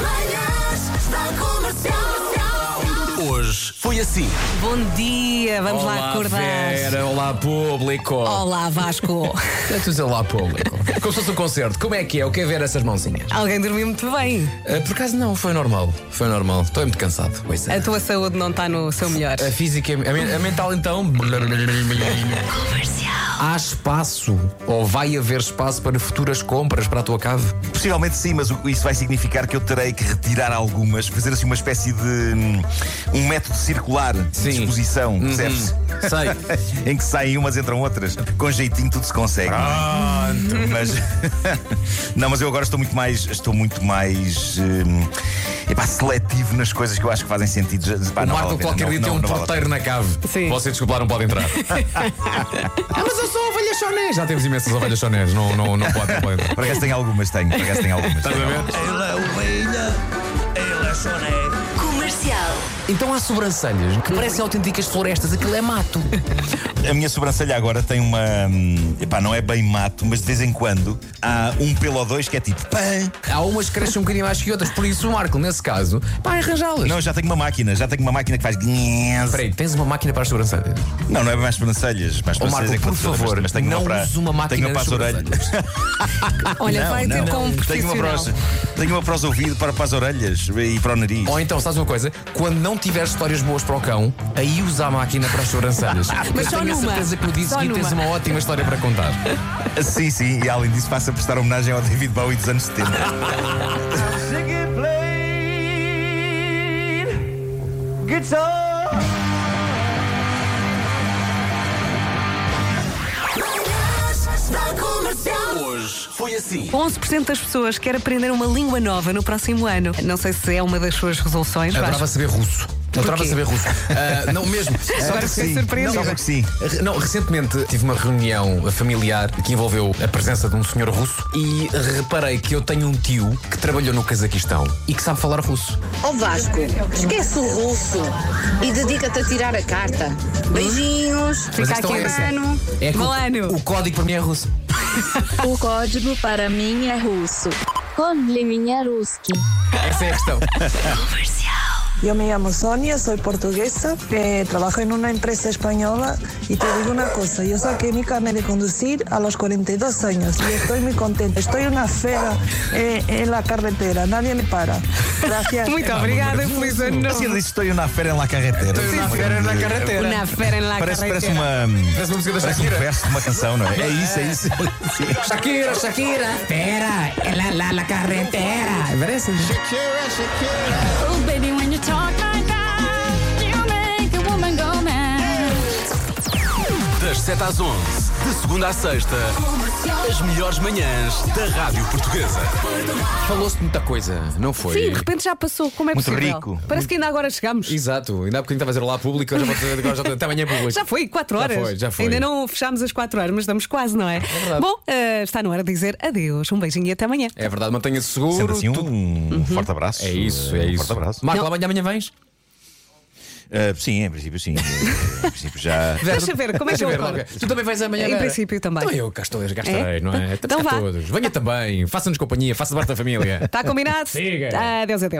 Manhãs da comercial. Hoje foi assim. Bom dia, vamos lá olá, acordar. Vera, olá, público. Olá, Vasco. Eu estou a dizer Olá, público. Como se fosse um concerto, como é que é? O que é ver essas mãozinhas? Alguém dormiu muito bem. Ah, por acaso não, foi normal. Foi normal. Estou muito cansado. Pois é. A tua saúde não está no seu melhor. A física, é a, men- a mental então. Há espaço, ou vai haver espaço para futuras compras para a tua cave? Possivelmente sim, mas o- isso vai significar que eu terei que retirar algumas, fazer assim uma espécie de. hum, um método circular Sim. Uhum. de exposição, percebes? Sei. em que saem umas, entram outras. Com jeitinho tudo se consegue. Mas. não, mas eu agora estou muito mais. estou muito mais. hum, epá, seletivo nas coisas que eu acho que fazem sentido. Já- Epá, O não vale a Marco pena, qualquer não- dia tem não- um não vale a porteiro na cave. Sim. Você, desculpa, lá, não pode entrar. ah, mas eu sou ovelha chonés. Já temos imensas ovelhas chonés. Não, não, não pode, não pode entrar. pena. Por acaso tem algumas, tenho. Por acaso tem algumas. Tá Comercial. Então há sobrancelhas que parecem autênticas florestas, aquilo é mato. A minha sobrancelha agora tem uma. hum, Epá, não é bem mato, mas de vez em quando há um pelo ou dois que é tipo. Pã, Há umas que crescem um bocadinho mais que outras, por isso o Marco, nesse caso, vai arranjá-las. Não, já tenho uma máquina, já tenho uma máquina que faz. guinhenz. Peraí, tens uma máquina para as sobrancelhas? Não, não é mais sobrancelhas. Mais Ó, Marco, sobrancelhas é por quatro, favor, mas, mas tenho não uma para, uses uma máquina tenho uma para nas as orelhas. sobrancelhas. Olha, Não, vai não, ter com um tenho uma, para profissional. os, tenho uma para os ouvidos, para, para as orelhas e para o nariz. Ou então, sabes uma coisa? Quando não tiveres histórias boas para o cão, aí usa a máquina para as sobrancelhas. Mas Eu só tenho a numa. certeza que no dia Só seguinte tens numa. uma ótima história para contar. Sim, sim, e além disso, faço a prestar homenagem ao David Bowie dos anos 70. Manhãs da comercial. 11% das pessoas quer aprender uma língua nova no próximo ano. Não sei se é uma das suas resoluções, Adorava Vasco. saber russo. Adorava Porquê? saber russo. Ah, não, mesmo. Agora que fiquei sim. surpreendida. Só porque sim. Re- Não, recentemente tive uma reunião familiar que envolveu a presença de um senhor russo e reparei que eu tenho um tio que trabalhou no Cazaquistão e que sabe falar russo. Ó Vasco, esquece o russo e dedica-te a tirar a carta. Beijinhos. um Mas a aqui questão é essa. Mano, É que o- Malano. o código para mim é russo. O código para mim é russo. Conle minha ruski. Essa é a questão. Yo me llamo Sonia, soy portuguesa, eh, trabajo en una empresa española y te digo una cosa, yo saqué mi carnet de conducir a los 42 años y estoy muy contenta, estoy una fera eh, en la carretera, nadie me para. Gracias. Muito obrigada, feliz ano Assim, novo. ele disse: Estou eu na fera na carretera. Estou na fera na carretera. Una fera en la Parece, parece carretera. uma. Parece uma música da Parece um Shakira. verso de uma canção, não é? É isso, é isso. Sim. Shakira, Shakira. Espera, la, la, la carretera. Parece. Oh baby, when you talk like that, you make a woman go mad. Das 7 às 11, de segunda à sexta, as melhores manhãs da Rádio Portuguesa. Falou-se de muita coisa, não foi? Sim, de repente já passou. Como é Muito possível? rico. Parece que ainda agora chegamos. Exato, ainda há bocadinho estava a dizer lá público, eu já vou dizer agora já, até amanhã é público. Já foi, 4 Já horas. foi, já foi. Ainda não fechámos as 4 horas, mas estamos quase, não é? verdade. Bom, eh, está na hora de dizer adeus. Um beijinho e até amanhã. É verdade, mantenha-se seguro. Sendo assim, um, tudo- forte abraço. É isso, é Um isso. Forte abraço. Marco, amanhã, amanhã vens? Ah, sim, em princípio, sim. Em princípio, já. Deixa ver, como é que eu Vera, acordo? ok. Tu também vais amanhã? Em Vera? princípio, também. Então eu cá estou, cá estarei, É? não é? Estamos Então cá vá. todos. Venha também, faça-nos companhia, faça parte da família. Está Tá combinado? Siga. Adeus, adeus.